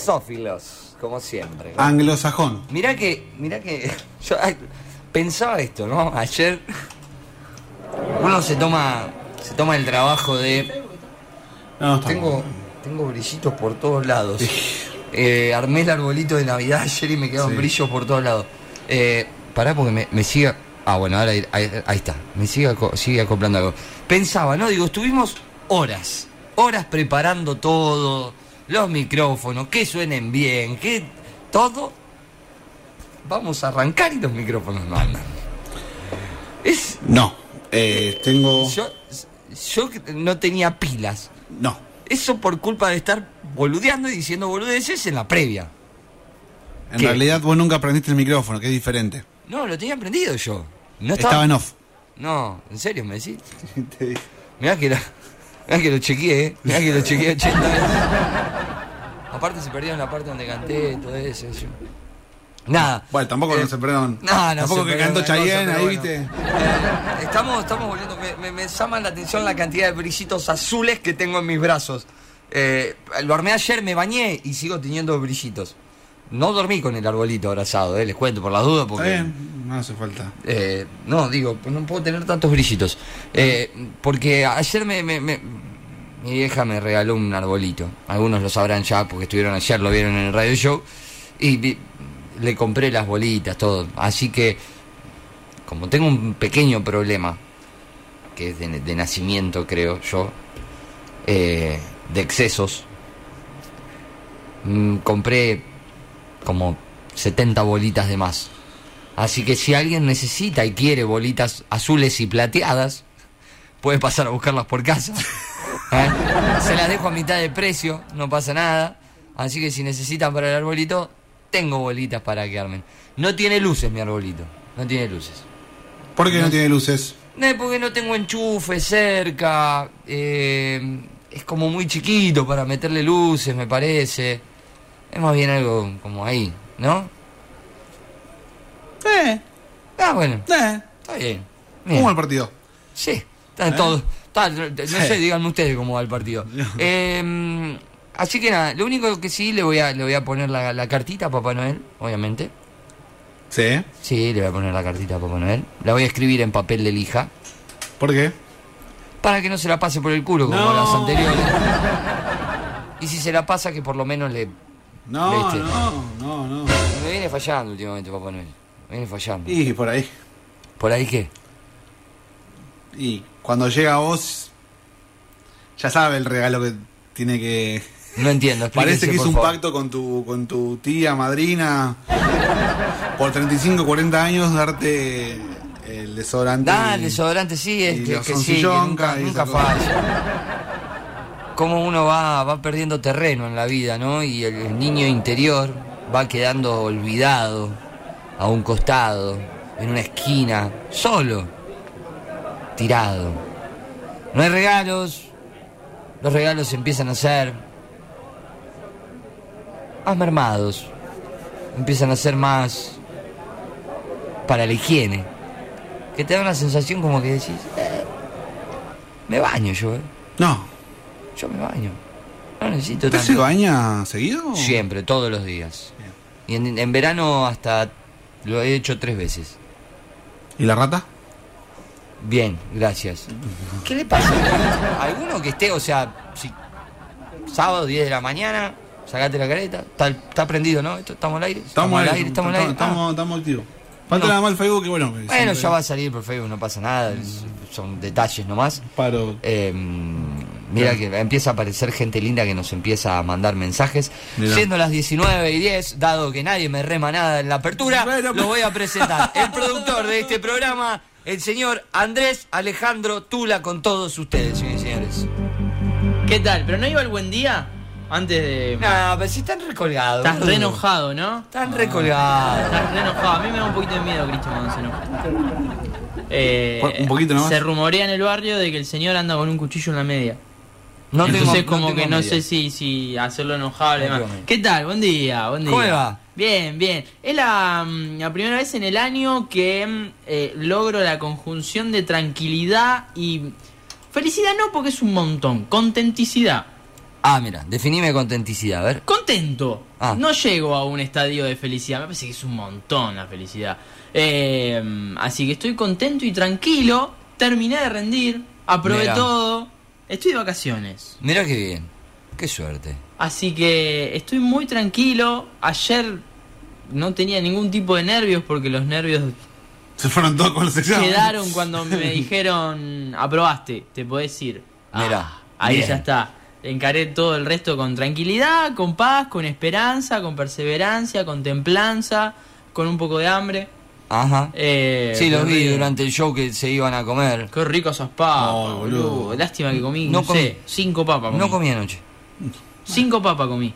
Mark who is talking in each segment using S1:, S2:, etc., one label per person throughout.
S1: sisófilos, como siempre.
S2: Ah. Anglosajón.
S1: Mirá que, mirá que yo ay, pensaba esto, ¿no? Ayer uno se toma, se toma el trabajo de
S2: No, está
S1: tengo,
S2: bueno.
S1: tengo brillitos por todos lados. Eh, armé el arbolito de Navidad ayer y me quedaron
S2: Sí.
S1: brillos por todos lados. Eh, pará porque me, me siga. Ah, bueno, ahora ahí, ahí- ahí está. Me sigue, aco- sigue acoplando algo. Pensaba, ¿no? Digo, estuvimos horas, horas preparando todo, los micrófonos, que suenen bien, que todo. Vamos a arrancar y los micrófonos no andan. Es,
S2: No, eh, tengo.
S1: yo, yo no tenía pilas.
S2: No.
S1: Eso por culpa de estar boludeando y diciendo boludeces en la previa.
S2: En
S1: ¿Qué?
S2: realidad vos nunca aprendiste el micrófono, que es diferente.
S1: No, lo tenía aprendido yo. No estaba.
S2: Estaba en off.
S1: No, en serio, me decís. Mirá que, la... Mirá que lo chequeé, ¿eh? Mirá que lo chequeé 80 veces. Aparte se perdieron la parte donde canté, todo eso. eso. Nada.
S2: Bueno, tampoco
S1: Eh,
S2: no se perdieron.
S1: No, no
S2: Tampoco
S1: se
S2: que
S1: perdieron
S2: cantó
S1: una cosa,
S2: Chayanne,
S1: pero
S2: ahí
S1: bueno.
S2: viste.
S1: Eh, estamos, estamos volviendo. Me, me- me llama la atención la cantidad de brillitos azules que tengo en mis brazos. Eh, lo armé ayer, me bañé y sigo teniendo brillitos. No dormí con el arbolito abrazado, eh, les cuento por las dudas.
S2: Está
S1: Porque,
S2: bien, no hace falta.
S1: eh, no, digo, pues no puedo tener tantos brillitos. Eh, porque ayer me, me- me- Mi vieja me regaló un arbolito. Algunos lo sabrán ya porque estuvieron ayer, lo vieron en el radio show. Y vi- le compré las bolitas, todo. Así que, como tengo un pequeño problema, que es de, de nacimiento, creo yo, eh, de excesos, mm, compré como 70 bolitas de más. Así que si alguien necesita y quiere bolitas azules y plateadas, puede pasar a buscarlas por casa. ¿Eh? Se las dejo a mitad de precio, no pasa nada. Así que si necesitan para el arbolito, tengo bolitas para que armen. No tiene luces mi arbolito, no tiene luces.
S2: ¿Por qué no tiene luces?
S1: No, porque no tengo enchufe cerca, eh, es como muy chiquito para meterle luces, me parece. Es más bien algo como ahí, ¿no?
S2: Eh,
S1: Ah, bueno,
S2: eh.
S1: está bien. Bien.
S2: ¿Cómo el partido?
S1: Sí,
S2: ¿Eh?
S1: están todos. está- no sé, díganme ustedes cómo va el partido. Eh, así que nada, lo único que sí le voy a, le voy a poner la, la cartita a Papá Noel, obviamente.
S2: Sí.
S1: Sí, le voy a poner la cartita a Papá Noel. La voy a escribir en papel de lija
S2: ¿Por qué?
S1: para que no se la pase por el culo como
S2: No.
S1: las anteriores. Y si se la pasa, que por lo menos le.
S2: No,
S1: Viste.
S2: no, no, no.
S1: Me viene fallando últimamente Papá Noel. Me viene fallando.
S2: Y por ahí.
S1: ¿Por ahí qué?
S2: Y cuando llega vos, ya sabe el regalo que tiene que.
S1: No entiendo. explíquense,
S2: Parece que hizo
S1: por
S2: un
S1: favor.
S2: pacto con tu, con tu tía, madrina, por 35, 40 años, darte el desodorante.
S1: Dale, desodorante sí,
S2: y
S1: este,
S2: los
S1: que sí, que
S2: oncillonca
S1: nunca,
S2: y
S1: nunca
S2: esas cosas.
S1: falla. Cómo uno va, va perdiendo terreno en la vida, ¿no? Y el, el niño interior va quedando olvidado, a un costado, en una esquina, solo, tirado. No hay regalos, los regalos se empiezan a ser más mermados, empiezan a ser más para la higiene que te da una sensación como que decís, eh, me baño yo, eh.
S2: No.
S1: yo me baño. No necesito
S2: ¿Usted se
S1: tanto.
S2: baña seguido?
S1: Siempre, todos los días.
S2: Bien.
S1: Y en, en verano hasta lo he hecho tres veces.
S2: ¿Y la rata?
S1: Bien, gracias. ¿Qué le pasa? Alguno que esté, o sea, si sábado 10 de la mañana, sacate la careta, está, está prendido, ¿no? Esto, ¿Estamos al aire?
S2: Estamos,
S1: al aire, estamos al aire. Ah.
S2: Estamos, estamos activos. Falta
S1: No.
S2: nada más el Facebook, que bueno. que
S1: Bueno,
S2: siempre
S1: ya va a salir por Facebook, no pasa nada, es- son detalles nomás.
S2: Paro.
S1: Eh, mira que empieza a aparecer gente linda que nos empieza a mandar mensajes.
S2: Mirá.
S1: Siendo las 19 y 10, dado que nadie me rema nada en la apertura,
S2: Bueno,
S1: lo voy a presentar. El productor de este programa, el señor Andrés Alejandro Tula, con todos ustedes, señores y señores.
S3: ¿Qué tal? ¿Pero no iba el buen día? Antes de.
S1: No, pero pues, si están recolgados.
S3: Estás Ah.
S1: boludo.
S3: re enojado, ¿no?
S1: Están recolgados.
S3: Estás re enojado. A mí me da un poquito de miedo, Cristian, cuando se enoja. Eh,
S2: Un poquito nomás.
S3: Se rumorea en el barrio de que el señor anda con un cuchillo en la media.
S1: No tengo-
S3: Entonces,
S1: no
S3: como
S1: tengo
S3: que no
S1: media.
S3: sé si, si hacerlo enojado y demás.
S1: tengo media.
S3: ¿Qué tal? Buen día, buen día.
S1: ¿Cómo le va?
S3: Bien, bien. Es la, mm, la primera vez en el año que mm, eh, logro la conjunción de tranquilidad y. Felicidad no, porque es un montón. Contenticidad.
S1: Ah, mira, definime contenticidad, a ver.
S3: Contento.
S1: Ah.
S3: No llego a un estadio de felicidad. Me parece que es un montón la felicidad. Eh, así que estoy contento y tranquilo. Terminé de rendir. Aprobé
S1: Mirá.
S3: todo. Estoy de vacaciones.
S1: Mira qué bien. Qué suerte.
S3: Así que estoy muy tranquilo. Ayer no tenía ningún tipo de nervios porque los nervios
S2: Se fueron todos con los exámenes.
S3: quedaron cuando me dijeron aprobaste, te podés ir. Ah,
S1: Mirá,
S3: ahí
S1: bien.
S3: ya está. Encaré todo el resto con tranquilidad, con paz, con esperanza, con perseverancia, con templanza, con un poco de hambre.
S1: Ajá.
S3: Eh,
S1: sí, los
S3: qué
S1: vi
S3: rico.
S1: durante el show que se iban a comer.
S3: Qué rico esos papas,
S2: No,
S3: boludo.
S2: boludo.
S3: Lástima que comí,
S1: No
S3: no,
S1: comí.
S3: sé, cinco papas comí.
S1: No comí anoche.
S3: Cinco papas comí.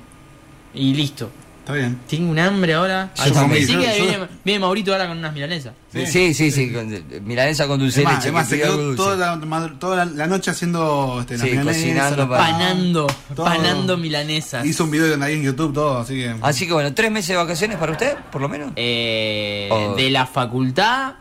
S3: Y listo.
S2: Está bien.
S3: Tengo un hambre ahora.
S1: Yo
S3: Al
S1: también.
S3: principio
S2: Yo- yo-
S3: viene, viene Maurito ahora con unas milanesas.
S1: Sí,
S2: Sí.
S1: sí, sí. con- milanesa con dulce de
S2: Además,
S1: leche.
S2: además
S1: que
S2: se
S1: pidió algo
S2: quedó
S1: dulce.
S2: toda la, madru- toda la- la noche haciendo este, la
S1: Sí,
S2: milanesa,
S1: cocinando
S2: la-
S1: para-
S3: Panando,
S2: todo.
S3: panando milanesas.
S2: Hizo un video de nadie en YouTube, todo, así que.
S1: Así que bueno, tres meses de vacaciones para usted, por lo menos.
S3: Eh,
S1: Oh.
S3: De la facultad,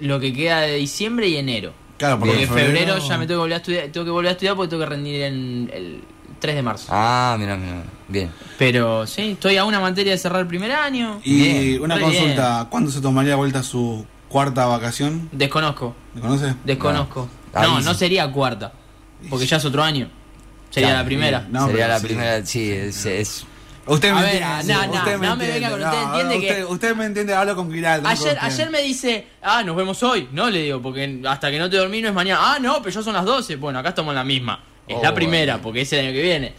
S3: lo que queda de diciembre y enero.
S2: Claro, porque
S3: Porque en
S2: en
S3: febrero,
S2: febrero-
S3: ya me tengo que volver a estudiar, tengo que volver a estudiar porque tengo que rendir en el 3 de marzo.
S1: Ah, mira, mira. Bien.
S3: Pero sí, estoy a una materia de cerrar el primer año.
S2: y
S1: Bien,
S2: una
S3: muy bien.
S2: consulta: ¿cuándo se tomaría vuelta su cuarta vacación?
S3: Desconozco,
S2: ¿Me conoces?
S3: desconozco.
S1: Ah,
S3: No,
S1: ahí
S3: no
S1: sí.
S3: sería cuarta, porque ya es otro año. Sería
S1: Claro,
S3: la primera.
S2: No,
S1: Sería
S2: pero
S1: la
S2: sí.
S1: primera, sí, es, es-
S2: Usted me
S3: A ver, ah,
S2: entiende.
S3: no, no,
S2: usted
S3: no me venga con- usted entiende
S2: usted,
S3: que-
S2: Usted me entiende, hablo con Giral.
S3: Ayer, ayer me dice, ah, nos vemos hoy. No, le digo, porque hasta que no te dormí no es mañana. Ah, no, pero ya son las 12. Bueno, acá estamos en la misma. Es
S1: Oh,
S3: la primera,
S1: bueno.
S3: porque es el año que viene.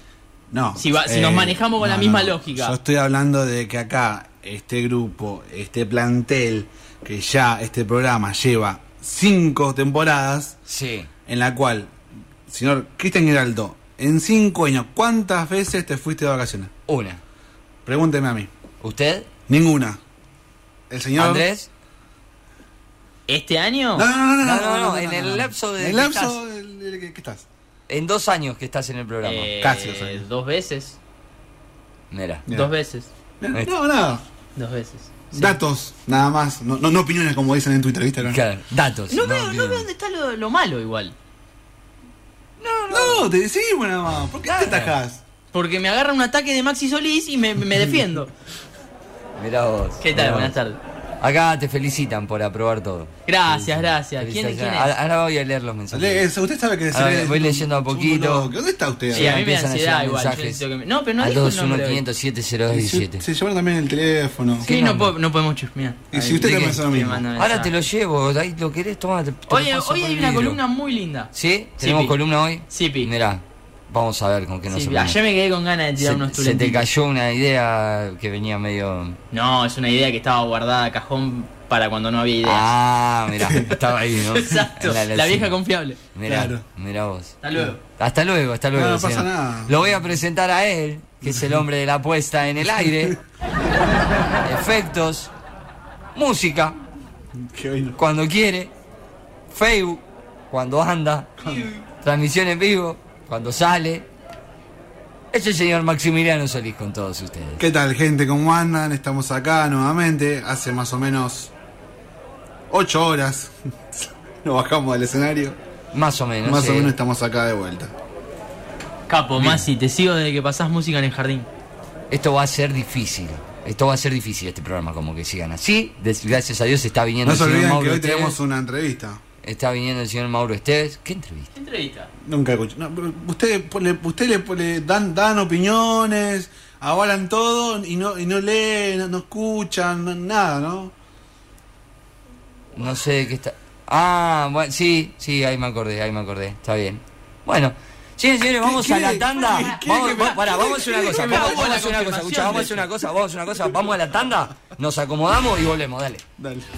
S2: No. Eh,
S3: Si va- si nos manejamos con la misma lógica.
S2: Yo estoy hablando de que acá, este grupo, este plantel, que ya este programa lleva cinco temporadas,
S1: sí.
S2: en la cual, señor Cristian Giraldo, en cinco años, ¿cuántas veces te fuiste de vacaciones?
S1: Una.
S2: Pregúnteme a mí.
S1: ¿Usted?
S2: Ninguna. ¿El señor?
S1: ¿Andrés?
S3: ¿Este año?
S2: No, no, no,
S1: No,
S2: no, no,
S1: no, no, en el lapso de-
S2: En el
S1: que
S2: lapso de- de- que que estás.
S1: En dos años que estás en el programa.
S3: Eh,
S2: Casi dos años.
S3: Dos veces.
S1: Mira.
S2: Bien.
S3: Dos veces.
S2: No,
S1: Ahí
S2: no, nada.
S3: Dos veces. Sí.
S2: Datos, nada más. No, no, no opiniones como dicen en tu entrevista. ¿no?
S1: Claro, datos.
S3: No, veo, no
S1: bien.
S3: veo dónde está lo, lo malo igual.
S2: No, te decimos nada más. ¿Por qué te atajás?
S3: Porque me agarra un ataque de Maxi Solís y me, me defiendo.
S1: Mirá vos.
S3: ¿Qué
S1: mirá
S3: tal?
S1: vos.
S3: Buenas tardes.
S1: Acá te felicitan por aprobar todo.
S3: Gracias, gracias. ¿Quién,
S1: Felicitaciones.
S3: quién es?
S1: Ahora- Ahora voy a leer los mensajes.
S2: Lee eso, eh, Usted sabe que
S1: A ver,
S2: lee-
S1: voy leyendo a
S2: un
S1: poquito.
S2: segundo bloque. ¿Dónde está usted?
S3: Sí, a mí me da
S1: Empiezan
S3: ansiedad
S1: llegar
S3: igual, yo
S1: mensajes
S3: necesito que me- no, pero no
S1: Al
S3: dijo el nombre
S1: 21
S3: hoy.
S1: 507
S2: Y se,
S1: 0217.
S2: se llevaron también el teléfono.
S3: Sí, no, po- no podemos chusmear.
S2: Y si usted
S1: ¿de
S2: también
S1: qué?
S2: hace lo
S3: Me
S2: mismo.
S3: manda
S1: Ahora
S3: mensaje.
S1: te lo llevo, ahí lo querés, toma. te- te lo
S3: Hoy,
S1: paso
S3: hoy
S1: por
S3: hay una
S1: libro.
S3: columna muy linda.
S1: ¿Sí? ¿Tenemos
S3: pi.
S1: columna hoy?
S3: Sí, pi.
S1: Mirá, vamos a ver con qué nos
S3: Sí,
S1: sorprende.
S3: ayer me quedé con ganas de tirar unos
S1: se, se te
S3: tulentitos.
S1: cayó una idea que venía medio.
S3: No, es una idea que estaba guardada cajón para cuando no había ideas.
S1: Ah, mirá, estaba ahí, ¿no?
S3: Exacto,
S1: En
S3: la,
S1: locura.
S3: vieja confiable.
S1: Mirá,
S2: Claro.
S1: mirá vos.
S3: Hasta luego.
S1: Hasta luego, hasta luego.
S2: No, no
S1: señor.
S2: pasa nada.
S1: Lo voy a presentar a él, que es el hombre de la puesta en el aire. Efectos, música,
S2: Que hoy no.
S1: cuando quiere, Facebook, cuando anda, transmisión en vivo, cuando sale. Es el señor Maximiliano Solís con todos ustedes.
S2: ¿Qué tal, gente? ¿Cómo andan? Estamos acá nuevamente. Hace más o menos 8 horas. Nos bajamos del escenario.
S1: Más o menos. eh,
S2: más
S1: sí.
S2: o menos estamos acá de vuelta.
S3: Capo, Masi, te sigo desde que pasás música en el jardín.
S1: Esto va a ser difícil. Esto va a ser difícil este programa, como que sigan así. Des- Gracias a Dios está viniendo
S2: No se
S1: el señor
S2: olviden que
S1: Mauro
S2: hoy
S1: Esteves.
S2: tenemos una entrevista.
S1: Está viniendo el señor Mauro Esteves. ¿Qué entrevista?
S3: ¿Qué entrevista?
S2: Nunca escuché. No, pero ustedes le, ustedes le, le dan, dan opiniones, avalan todo y no, y no leen, no, no escuchan, no- nada, ¿no?
S1: No sé de qué está. Ah, bueno, sí, sí, ahí me acordé, ahí me acordé. Está bien. Bueno, señores, señores, vamos a la
S2: quiere?
S1: tanda.
S2: ¿Qué
S1: Vamos,
S2: quiere que
S1: va-
S2: me-
S1: pará, vamos a hacer una
S2: quiere
S1: cosa.
S3: que me
S1: Vamos,
S3: haga
S1: vamos a
S3: la
S1: hacer una cosa,
S3: confirmación
S1: escucha, vamos a
S3: de
S1: hacer una cosa, vamos a hacer una cosa, vamos a la tanda, nos acomodamos y volvemos, dale.
S2: Dale.